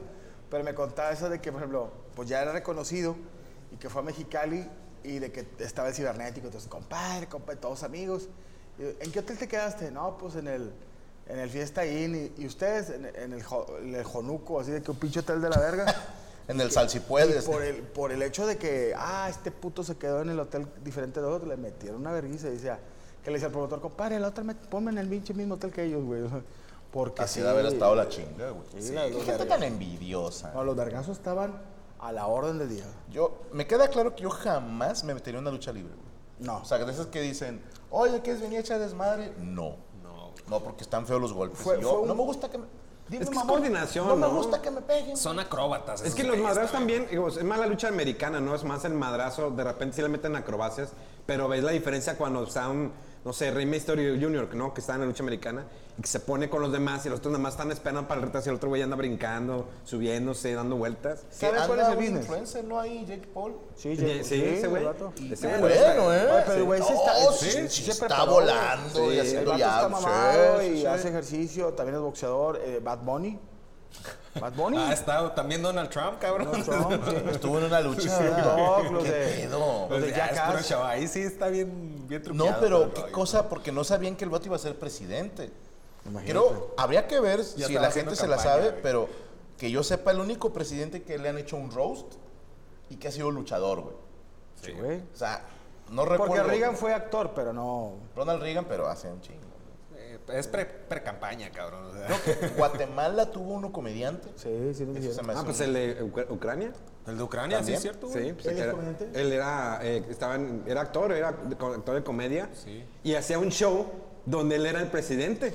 Speaker 1: Pero me contaba eso de que, por ejemplo, pues ya era reconocido y que fue a Mexicali y de que estaba el cibernético. Entonces, compadre, compadre, todos amigos. Y, ¿En qué hotel te quedaste? No, pues en el, en el Fiesta Inn. ¿Y, y ustedes? En, en el, Jo- en el Jonuco, así de que un pinche hotel de la verga.
Speaker 4: En el
Speaker 1: Y
Speaker 4: Salsipuedes.
Speaker 1: por el, por el hecho de que, ah, este puto se quedó en el hotel diferente de otro, le metieron una vergüenza y decía, que le dice al promotor, compadre, la otra, met- ponme en el pinche mismo hotel que ellos, güey. [LAUGHS] Porque
Speaker 4: Así
Speaker 1: sí,
Speaker 4: debe haber estado la chinga, güey.
Speaker 1: Sí,
Speaker 4: Qué
Speaker 1: los
Speaker 4: gente
Speaker 1: vergas.
Speaker 4: tan envidiosa.
Speaker 1: No, los vergazos estaban a la orden del día.
Speaker 4: Yo, me queda claro que yo jamás me metería en una lucha libre, güey.
Speaker 1: No.
Speaker 4: O sea, de esas que dicen, oye, ¿quieres venir a echar desmadre? No. No. No, porque están feos los golpes.
Speaker 1: Fue-
Speaker 4: Y yo,
Speaker 1: fue un-
Speaker 4: no me gusta que me... Dime,
Speaker 2: que es
Speaker 4: mamón,
Speaker 2: coordinación,
Speaker 4: No, me
Speaker 2: ¿no?
Speaker 4: gusta que me peguen.
Speaker 3: Son acróbatas.
Speaker 2: Es
Speaker 3: esos
Speaker 2: que los
Speaker 3: güeyes,
Speaker 2: madrazos
Speaker 3: también.
Speaker 2: también, digo, es más la lucha americana, ¿no? Es más el madrazo, de repente sí le meten acrobacias, pero ves la diferencia cuando están, no sé, Rey Mysterio Jr., ¿no? Que está en la lucha americana y que se pone con los demás y los otros nada más están esperando para el retazo y el otro güey anda brincando, subiéndose, dando vueltas.
Speaker 4: Que
Speaker 1: ¿Sabes cuál
Speaker 4: anda
Speaker 1: es el
Speaker 4: un
Speaker 1: business?
Speaker 4: influencer, ¿no? Ahí, Jake Paul.
Speaker 1: Sí,
Speaker 2: sí, ese güey. Ese güey
Speaker 4: Bueno, ¿eh?
Speaker 1: Oye, pero el güey se está-
Speaker 4: No,
Speaker 1: sí,
Speaker 4: sí,
Speaker 1: sí
Speaker 4: sí,
Speaker 1: se
Speaker 4: está
Speaker 1: preparó, güey.
Speaker 4: volando y
Speaker 1: El
Speaker 4: haciendo
Speaker 1: vato
Speaker 4: ya.
Speaker 1: está
Speaker 4: [LAUGHS]
Speaker 1: mamado
Speaker 4: sí,
Speaker 1: y
Speaker 4: sí.
Speaker 1: hace ejercicio, también es boxeador, eh, Bad
Speaker 4: [LAUGHS]
Speaker 1: Bunny. Bad Bunny.
Speaker 3: Ah, está también Donald Trump, cabrón.
Speaker 1: Donald Trump, sí.
Speaker 4: Estuvo en una lucha.
Speaker 1: Sí,
Speaker 4: ¿verdad?
Speaker 1: no, los
Speaker 4: ¿Qué
Speaker 1: de-
Speaker 4: pedo?
Speaker 1: los de
Speaker 3: Ah, es puro
Speaker 1: Jackass.
Speaker 3: chaval, Ahí sí está bien, bien truqueado.
Speaker 4: No, pero
Speaker 3: todo el
Speaker 4: qué
Speaker 3: rollo.
Speaker 4: cosa, porque no sabían que el vato iba a ser presidente.
Speaker 1: Imagínate.
Speaker 4: Creo, habría que ver si
Speaker 3: estaba
Speaker 4: la
Speaker 3: haciendo
Speaker 4: gente se la
Speaker 3: campaña,
Speaker 4: sabe,
Speaker 3: güey.
Speaker 4: pero que yo sepa, el único presidente que le han hecho un roast y que ha sido luchador, güey.
Speaker 1: Sí, güey.
Speaker 4: O sea, no
Speaker 1: Porque
Speaker 4: recuerdo.
Speaker 1: Reagan fue actor, pero no.
Speaker 4: Ronald Reagan, pero hace un chingo.
Speaker 3: Eh, es pre- pre-campaña, cabrón. o sea.
Speaker 4: Creo que Guatemala tuvo uno comediante.
Speaker 1: Sí, sí, no
Speaker 4: Ese
Speaker 1: sé.
Speaker 4: se me hace
Speaker 2: Ah, pues
Speaker 4: un-
Speaker 2: el de Ucra- Ucrania.
Speaker 3: [LAUGHS] El de Ucrania, sí,
Speaker 4: ¿También?
Speaker 3: es cierto, güey.
Speaker 2: Sí, pues
Speaker 1: ¿Él es
Speaker 2: era-
Speaker 1: comediante?
Speaker 2: él era, eh, estaba en- era actor, era de- co- actor de comedia
Speaker 3: Sí.
Speaker 2: y hacía un show donde él era el presidente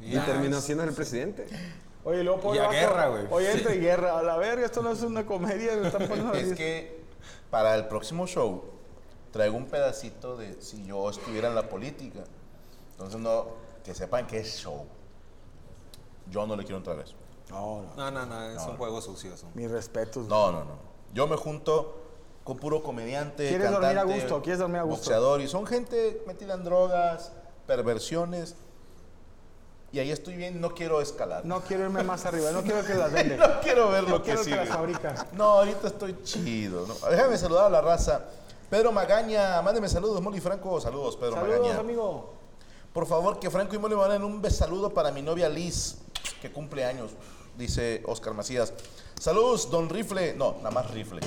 Speaker 2: y
Speaker 3: Ah,
Speaker 2: terminó
Speaker 3: es-
Speaker 2: siendo el presidente.
Speaker 1: Oye, luego
Speaker 3: Y
Speaker 1: pone
Speaker 3: a
Speaker 1: vato,
Speaker 3: guerra, güey.
Speaker 1: Oye, entra y guerra. A la verga, esto no es una comedia. Me están
Speaker 4: [LAUGHS]
Speaker 1: poniendo
Speaker 4: Es que para el próximo show traigo un pedacito de si yo estuviera en la política. Entonces, no, que sepan que es show. Yo no le quiero entrar a eso.
Speaker 1: No, no.
Speaker 3: No, no, no, es un juego sucio. es un-
Speaker 1: Mis respetos.
Speaker 4: No, no, no. Yo me junto con puro comediante,
Speaker 1: ¿Quieres
Speaker 4: cantante,
Speaker 1: dormir a gusto? ¿Quieres dormir a gusto?
Speaker 4: boxeador. Y son gente metida en drogas, perversiones. y ahí estoy bien, no quiero escalar.
Speaker 1: No quiero irme más arriba, no quiero que las venden.
Speaker 4: [LAUGHS] No quiero ver lo
Speaker 1: No
Speaker 4: que
Speaker 1: quiero que
Speaker 4: sigue.
Speaker 1: las fabrica.
Speaker 4: No, ahorita estoy chido. ¿no? Déjame saludar a la raza. Pedro Magaña, mándeme saludos, Molly Franco. Saludos, Pedro
Speaker 1: Saludos,
Speaker 4: Magaña.
Speaker 1: amigo.
Speaker 4: Por favor, que Franco y Mole manden un bes- saludo para mi novia Liz, que cumple años, dice Oscar Macías. Saludos, don Rifle. No, nada más Rifle.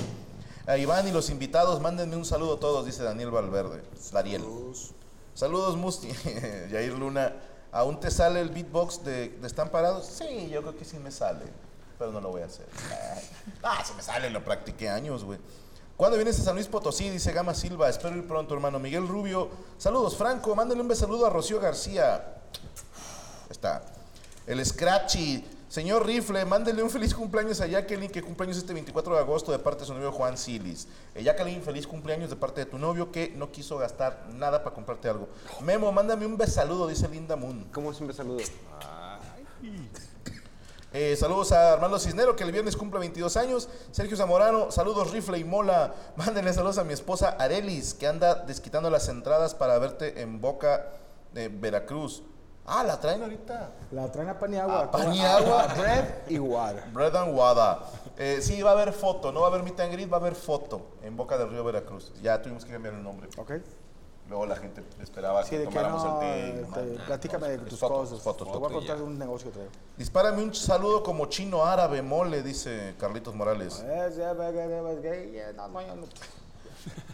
Speaker 4: A Iván y los invitados, mándenme un saludo a todos, dice Daniel Valverde. Dariel. Saludos, Musti. [LAUGHS] Jair Luna. ¿Aún te sale el beatbox de, de Están Parados? Sí, yo creo que sí me sale, pero no lo voy a hacer. Ay. Ah, se me sale, lo practiqué años, güey. ¿Cuándo vienes a San Luis Potosí? Dice Gama Silva. Espero ir pronto, hermano. Miguel Rubio. Saludos, Franco. Mándale un besaludo a Rocío García. Está. El Scratchy. Señor Rifle, mándele un feliz cumpleaños a Jacqueline, que cumpleaños este 24 de agosto de parte de su novio Juan Silis. Eh, Jacqueline, feliz cumpleaños de parte de tu novio que no quiso gastar nada para comprarte algo. Memo, mándame un besaludo, dice Linda Moon.
Speaker 2: ¿Cómo siempre saludo?
Speaker 4: Eh, saludos a Armando Cisnero, que el viernes cumple 22 años. Sergio Zamorano, saludos Rifle y Mola. [LAUGHS] Mándenle saludos a mi esposa Arelis, que anda desquitando las entradas para verte en Boca de Veracruz. Ah, la traen ahorita.
Speaker 1: La traen a Paniagua.
Speaker 4: A Paniagua.
Speaker 1: A Bread y Water.
Speaker 4: Bread and Wada. Eh, sí, va a haber foto, no va a haber meet and greet, va a haber foto en Boca del Río Veracruz. Ya tuvimos que cambiar el nombre.
Speaker 1: ¿Ok?
Speaker 4: Luego la gente esperaba
Speaker 1: Sí,
Speaker 4: que
Speaker 1: de que
Speaker 4: tomáramos el
Speaker 1: no,
Speaker 4: té. y
Speaker 1: este,
Speaker 4: no,
Speaker 1: platícame
Speaker 4: no,
Speaker 1: de
Speaker 4: es
Speaker 1: tus
Speaker 4: foto,
Speaker 1: cosas.
Speaker 4: es foto, es
Speaker 1: Te voy a
Speaker 4: foto.
Speaker 1: contar un negocio que traigo.
Speaker 4: Dispárame un saludo como chino árabe mole, dice Carlitos Morales.
Speaker 1: Eh, ya, ya, ya, ya, ya, ya, no, no, ya no.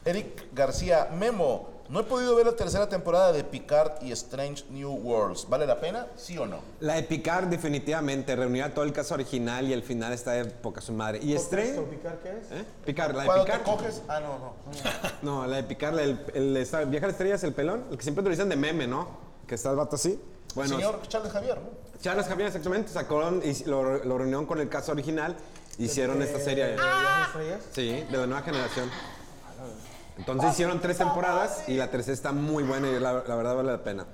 Speaker 4: Eric García, Memo, no he podido ver la tercera temporada de Picard y Strange New Worlds. ¿Vale la pena? ¿Sí o no?
Speaker 2: La de Picard definitivamente reunía todo el caso original y el final está de poca su madre. ¿Y Strange?
Speaker 1: ¿Picar qué es?
Speaker 2: ¿Eh? Picard, la de
Speaker 4: Cuando te
Speaker 2: Picard.
Speaker 4: coges... Ah, no, no.
Speaker 2: No, la de Picard, la del- el, de esta- Viaja a las Estrellas, el pelón, el que siempre utilizan de meme, ¿no? Que está el vato así. Bueno,
Speaker 4: Señor Charles Javier, ¿no?
Speaker 2: Charles Javier exactamente sacaron y lo, lo reunieron con el caso original, hicieron esta serie.
Speaker 1: ¿Viajes Estrellas?
Speaker 2: Sí, de la nueva generación. Entonces hicieron tres temporadas y la tercera está muy buena y la, la verdad vale la pena.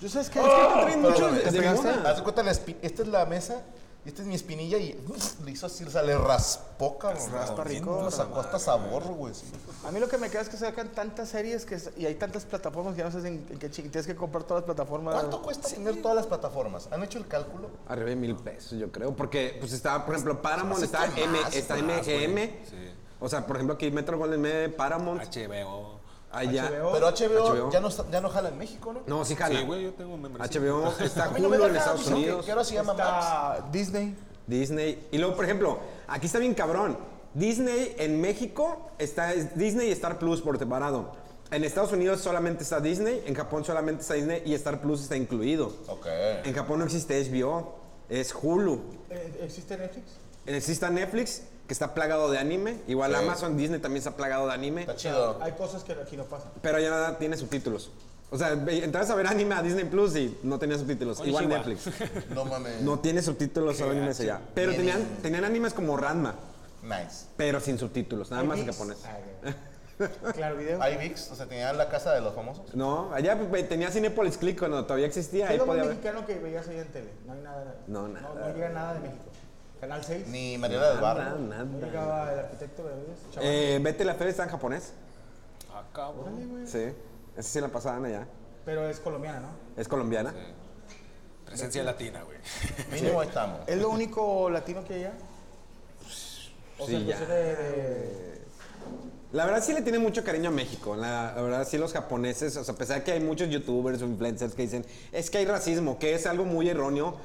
Speaker 1: Yo sabes que
Speaker 2: traen mucho
Speaker 4: Perdón,
Speaker 2: de-
Speaker 4: ¿te
Speaker 2: de
Speaker 4: fijaste?
Speaker 2: una.
Speaker 4: Haz de cuenta, la espi- esta es la mesa, y esta es mi espinilla y le hizo así, o sea, le raspó, cabrón.
Speaker 1: Raspa rico,
Speaker 4: Le sacó hasta sabor, güey. sí.
Speaker 1: A mí lo que me queda es que sacan tantas series que s- y hay tantas plataformas que ya no sé en, en qué ching. Tienes que comprar todas las plataformas.
Speaker 4: ¿Cuánto cuesta tener todas las plataformas? ¿Han hecho el cálculo?
Speaker 2: Arriba de mil pesos, yo creo. Porque, pues, está, por ejemplo, Paramount,
Speaker 4: Se me
Speaker 2: está,
Speaker 4: hace que
Speaker 2: M,
Speaker 4: más,
Speaker 2: está
Speaker 4: más,
Speaker 2: MGM.
Speaker 3: Sí.
Speaker 2: O sea, por ejemplo, aquí Metro Golden Media, Paramount,
Speaker 3: HBO.
Speaker 2: allá.
Speaker 4: Pero HBO,
Speaker 2: HBO.
Speaker 4: Ya, no, está- ya no jala en México, ¿no?
Speaker 2: No, sí, jala.
Speaker 3: Sí, güey, yo tengo membresía.
Speaker 2: HBO, está
Speaker 4: A mí no me
Speaker 2: Hulu
Speaker 4: da
Speaker 2: en
Speaker 4: nada,
Speaker 2: Estados
Speaker 4: dicen que-
Speaker 2: Unidos,
Speaker 4: que ahora se llama Max.
Speaker 1: Está Disney.
Speaker 2: Disney. Y luego, por ejemplo, aquí está bien cabrón. Disney en México está es Disney y Star Plus por separado. En Estados Unidos solamente está Disney, en Japón solamente está Disney y Star Plus está incluido.
Speaker 4: Ok.
Speaker 2: En Japón no existe HBO, es Hulu.
Speaker 1: eh, ¿Existe Netflix?
Speaker 2: Existe Eh, Netflix, que está plagado de anime. Igual
Speaker 4: Sí.
Speaker 2: Amazon, Disney también está plagado de anime.
Speaker 4: Está chido.
Speaker 1: Hay cosas que aquí no pasan.
Speaker 2: Pero ya nada tiene subtítulos. O sea, ve- entrabas a ver anime a Disney Plus y no tenía subtítulos. Igual Netflix.
Speaker 4: No mames.
Speaker 2: No tiene [LAUGHS] subtítulos solo animes allá. Pero
Speaker 4: Bien.
Speaker 2: tenían, tenían animes como Ranma,
Speaker 4: Nice.
Speaker 2: pero sin subtítulos, nada más en
Speaker 1: ¿Vix?
Speaker 2: japonés.
Speaker 1: Ah, [LAUGHS] claro, video.
Speaker 4: ¿Hay VIX? O sea, tenían la casa de los famosos.
Speaker 2: No, allá pues, tenía Cinepolis Click cuando todavía existía.
Speaker 1: ¿Qué
Speaker 2: Ahí
Speaker 1: es lo
Speaker 2: podía
Speaker 1: más
Speaker 2: ver.
Speaker 1: mexicano que veías hoy en tele? No hay nada. No,
Speaker 2: No, nada.
Speaker 1: llega nada de México. Canal 6.
Speaker 4: Ni Mariela del
Speaker 2: Nada,
Speaker 4: Barrio.
Speaker 1: No
Speaker 2: nada.
Speaker 1: llegaba el arquitecto de Dios. Chaval.
Speaker 2: Eh, Vete la Feria está en japonés.
Speaker 3: Ah, cabrón.
Speaker 1: Órale, güey.
Speaker 2: Sí. Esa sí la pasaban allá.
Speaker 1: Pero es colombiana, ¿no?
Speaker 2: Es colombiana.
Speaker 3: Presencia latina, güey.
Speaker 4: Mínimo ahí estamos.
Speaker 1: ¿Es lo único latino que hay allá? O
Speaker 2: Sí,
Speaker 1: sea, pues,
Speaker 2: ya.
Speaker 1: de, de-
Speaker 2: La verdad sí le tiene mucho cariño a México. La, la verdad sí los japoneses, o sea, a pesar de que hay muchos youtubers o influencers que dicen, es que hay racismo, que es algo muy erróneo.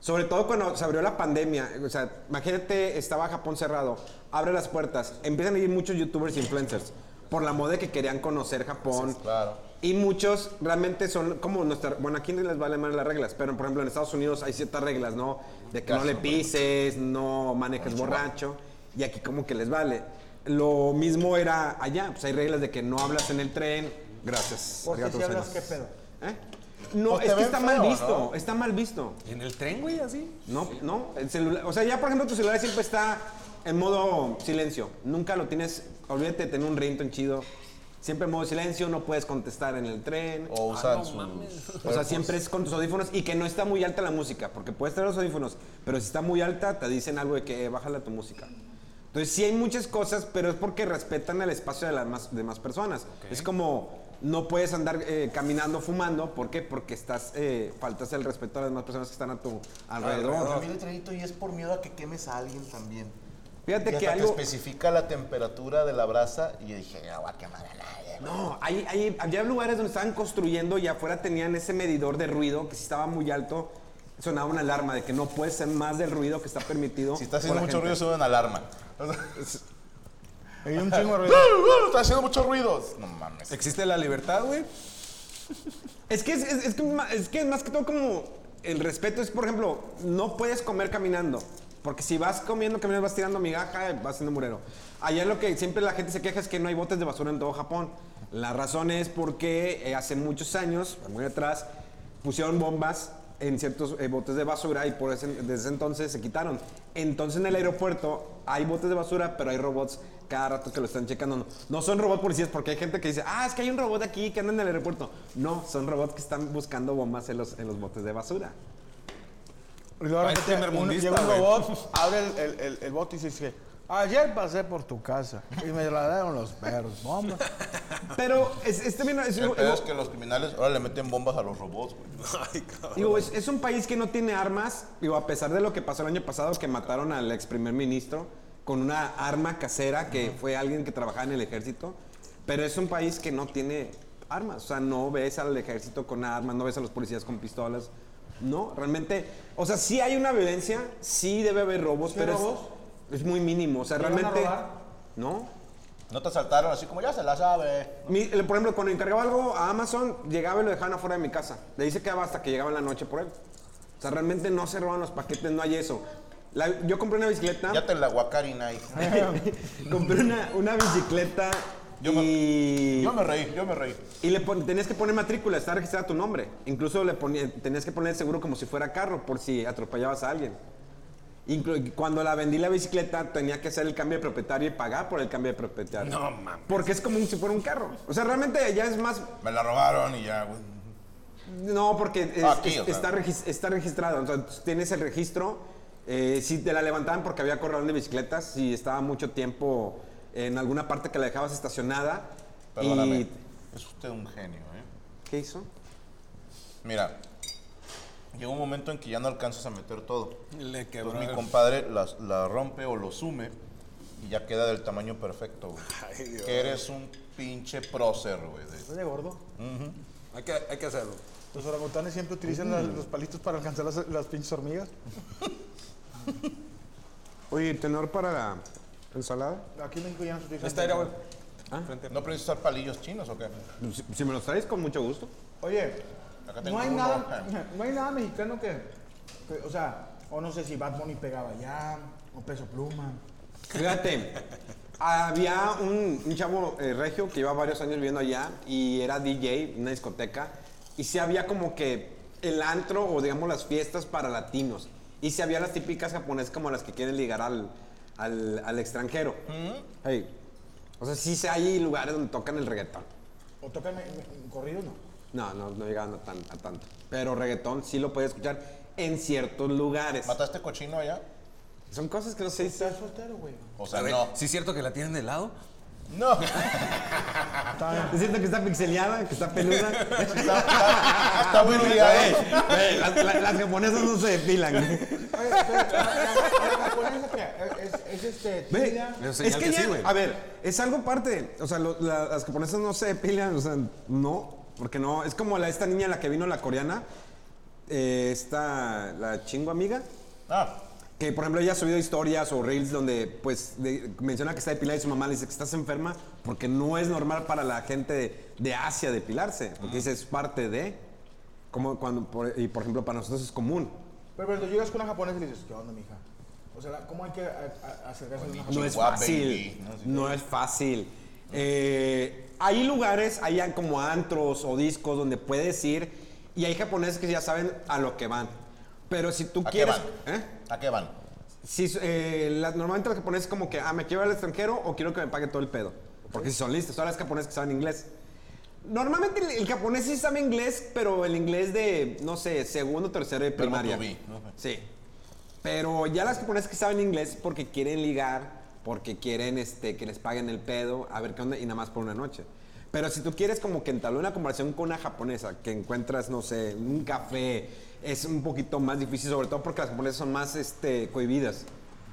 Speaker 2: Sobre todo cuando se abrió la pandemia. O sea, imagínate, estaba Japón cerrado, abre las puertas, empiezan a ir muchos youtubers e influencers por la moda que querían conocer Japón.
Speaker 4: Claro.
Speaker 2: Y muchos realmente son como nuestra... Bueno, aquí les vale más las reglas, pero por ejemplo en Estados Unidos hay ciertas reglas, ¿no? De que no le pises, no manejes borracho, y aquí como que les vale. Lo mismo era allá, pues hay reglas de que no hablas en el tren. Gracias.
Speaker 1: Porque
Speaker 2: Arigato
Speaker 1: si hablas, ¿qué
Speaker 2: gozaimasu.
Speaker 1: pedo?
Speaker 2: ¿Eh? No,
Speaker 4: Pues te
Speaker 2: es que
Speaker 4: ven
Speaker 2: está
Speaker 4: feo,
Speaker 2: mal
Speaker 4: ¿no?
Speaker 2: visto, está mal visto.
Speaker 3: ¿En el tren, güey, así?
Speaker 2: No, no, el celular, o sea, ya por ejemplo tu celular siempre está en modo silencio. Nunca lo tienes, olvídate de tener un ringtone chido. Siempre en modo silencio, no puedes contestar en el tren.
Speaker 4: O
Speaker 1: Ah,
Speaker 4: usan sus...
Speaker 2: O sea, siempre es con tus audífonos y que no está muy alta la música, porque puedes traer los audífonos, pero si está muy alta te dicen algo de que eh, bájala tu música. Entonces sí hay muchas cosas, pero es porque respetan el espacio de las más, demás personas. Es como no puedes andar eh, caminando fumando. ¿Por qué? Porque estás, eh, faltas el respeto a las demás personas que están a tu alrededor.
Speaker 4: También el traguito y es por miedo a que quemes a alguien también. Y
Speaker 2: Fíjate
Speaker 4: hasta
Speaker 2: que
Speaker 4: te
Speaker 2: algo...
Speaker 4: especifica la temperatura de la brasa y yo dije, "Ah, no voy a quemar a nadie.
Speaker 2: No, hay, hay- había lugares donde estaban construyendo y afuera tenían ese medidor de ruido que si estaba muy alto sonaba una alarma de que no puede ser más del ruido que está permitido.
Speaker 4: Si está
Speaker 2: por
Speaker 4: haciendo
Speaker 2: la
Speaker 4: mucho ruido,
Speaker 2: gente.
Speaker 4: sube una alarma.
Speaker 1: Me dio un chingo de ruido.
Speaker 4: ¡Uh, está haciendo mucho ruido. No mames.
Speaker 3: ¿Existe la libertad, güey?
Speaker 2: Es que es, es- es que ma- es que es más que todo como el respeto es, por ejemplo, no puedes comer caminando. Porque si vas comiendo, caminando, vas tirando migaja, eh, vas siendo murero. Allá lo que siempre la gente se queja es que no hay botes de basura en todo Japón. La razón es porque eh, hace muchos años, muy atrás, pusieron bombas en ciertos eh, botes de basura y por ese- desde ese entonces se quitaron. Entonces en el aeropuerto hay botes de basura, pero hay robots cada rato que lo están checando. No, no son robots policías porque hay gente que dice, ah, es que hay un robot aquí que anda en el aeropuerto. No, son robots que están buscando bombas en los, en los botes de basura.
Speaker 1: Y luego
Speaker 3: País
Speaker 1: de repente, un-
Speaker 3: primermundista,
Speaker 1: llega un
Speaker 3: güey.
Speaker 1: robot, abre el, el, el- el bote y se dice, ayer pasé por tu casa y me la dieron los perros. No, hombre.
Speaker 2: Pero es, es también- es-
Speaker 4: El
Speaker 2: digo,
Speaker 4: pedo es que los criminales ahora le meten bombas a los robots, güey.
Speaker 2: [LAUGHS] digo, es- es un país que no tiene armas, digo, a pesar de lo que pasó el año pasado, que mataron al ex primer ministro con una arma casera que fue alguien que trabajaba en el ejército, pero es un país que no tiene armas, o sea, no ves al ejército con armas, no ves a los policías con pistolas, no, realmente, o sea, sí hay una violencia, sí debe haber robos, pero es- Es, muy mínimo, o sea,
Speaker 1: van a
Speaker 2: realmente...
Speaker 1: robar?
Speaker 2: No,
Speaker 4: No te asaltaron así como ya se la sabe.
Speaker 2: Mi- el- por ejemplo, cuando encargaba algo a Amazon, llegaba y lo dejaban afuera de mi casa. Le dice que hasta que llegaba en la noche por él. O sea, realmente no se roban los paquetes, no hay eso. La- yo compré una bicicleta.
Speaker 4: Ya te la guacarina ahí.
Speaker 2: [LAUGHS] compré una, una bicicleta
Speaker 4: Yo me-
Speaker 2: y,
Speaker 4: Yo me reí, yo me reí.
Speaker 2: y le pon- tenías que poner matrícula, está registrada tu nombre. Incluso le ponía- tenías que poner el seguro como si fuera carro por si atropellabas a alguien. Inclu- cuando la vendí la bicicleta tenía que hacer el cambio de propietario y pagar por el cambio de propietario.
Speaker 3: No mames.
Speaker 2: Porque es como un- si fuera un carro. O sea, realmente ya es más
Speaker 4: Me la robaron y ya, güey.
Speaker 2: No, porque es-
Speaker 4: Ah, Aquí, o
Speaker 2: es- está,
Speaker 4: sea.
Speaker 2: regis- está registrado. Entonces tienes el registro. eh, si te la levantaban porque había corralón de bicicletas, si estaba mucho tiempo en alguna parte que la dejabas estacionada.
Speaker 4: Perdóname.
Speaker 2: Y,
Speaker 4: Es usted un genio, ¿eh?
Speaker 2: ¿Qué hizo?
Speaker 4: Mira, llega un momento en que ya no alcanzas a meter todo.
Speaker 3: Le quebró.
Speaker 4: Entonces mi
Speaker 3: el-
Speaker 4: compadre las- la, rompe o lo sume y ya queda del tamaño perfecto, güey. Que eres un pinche prócer, güey. de-
Speaker 1: Oye, gordo.
Speaker 3: hay, que, hay que hacerlo.
Speaker 1: Los orangutanes siempre utilizan las- los palitos para alcanzar las, las pinches hormigas.
Speaker 2: Oye, tenor para la ensalada.
Speaker 1: Aquí en México ya no se utilizan.
Speaker 3: Está ahí, güey.
Speaker 4: ¿No aprendes a usar palillos chinos o qué?
Speaker 2: Si, si me los traes, con mucho gusto.
Speaker 1: Oye,
Speaker 4: Acá tengo
Speaker 1: no hay,
Speaker 4: uno.
Speaker 1: nada, no hay nada mexicano que, que- O sea, o no sé si Bad Bunny pegaba ya, o Peso Pluma.
Speaker 2: Fíjate, había un, un chavo eh, regio que lleva varios años viviendo allá y era DJ en una discoteca. Y sí había como que el antro o digamos las fiestas para latinos. Y sí había las típicas japonesas como las que quieren ligar al, al, al extranjero. Hey, O sea, sí se- hay lugares donde tocan el reggaetón.
Speaker 1: O tocan me- me- corrido, no.
Speaker 2: No, no, no llegaban a, tan- a tanto. Pero reggaetón sí lo puedes escuchar en ciertos lugares.
Speaker 4: ¿Mataste cochino allá?
Speaker 2: Son cosas que no se dicen.
Speaker 1: Estás soltero, güey.
Speaker 4: O sea,
Speaker 3: A ver,
Speaker 4: no.
Speaker 3: ¿sí es cierto que la tienen de lado?
Speaker 4: No.
Speaker 2: Es cierto que está pixeleada, que está peluda.
Speaker 4: Está, está, está muy ligado.
Speaker 2: Ey, las, la- las japonesas no se depilan.
Speaker 1: Oye, pero la- la- la japonesa que es, es este.
Speaker 2: Ve,
Speaker 1: tímida.
Speaker 3: Le
Speaker 2: es
Speaker 3: señal
Speaker 2: que
Speaker 3: que
Speaker 2: ya,
Speaker 3: sí, güey.
Speaker 2: a ver, es algo parte. O sea, lo- la- las japonesas no se depilan, o sea, no, porque no. Es como la, esta niña, la que vino, la coreana, eh, esta, la chingo amiga,
Speaker 4: Ah,
Speaker 2: que por ejemplo ella ha subido historias o reels donde pues de- menciona que está depilada y su mamá le dice que estás enferma porque no es normal para la gente de, de Asia depilarse, porque dice es parte de. Como cuando, por- y por ejemplo, para nosotros es común.
Speaker 1: Pero, pero tú llegas con una japonesa y le dices, ¿qué onda, mija? O sea, la- ¿cómo hay que a- a- acercarse a una
Speaker 2: No
Speaker 1: japonesa?
Speaker 2: es
Speaker 4: Guap,
Speaker 2: fácil.
Speaker 4: baby, ¿no? Así
Speaker 2: No es fácil. Eh, hay lugares, hay como antros o discos donde puedes ir y hay japoneses que ya saben a lo que van. Pero si tú
Speaker 4: ¿A qué
Speaker 2: quieres...
Speaker 4: van?
Speaker 2: ¿Eh?
Speaker 4: ¿A qué van?
Speaker 2: Si, eh, la- normalmente los japoneses como que, ah, me quiero ir al extranjero o quiero que me pague todo el pedo. Porque si son listos, son las japoneses que saben inglés. Normalmente el, el japonés sí sabe inglés, pero el inglés de, no sé, segundo, tercero de
Speaker 4: Verbo to
Speaker 2: primaria.
Speaker 4: be, ¿no?
Speaker 2: Sí. Pero ya las japonesas que saben inglés porque quieren ligar, porque quieren este, que les paguen el pedo, a ver qué onda, y nada más por una noche. Pero si tú quieres como que entablar una comparación con una japonesa, que encuentras, no sé, un café, es un poquito más difícil, sobre todo porque las japonesas son más este, cohibidas.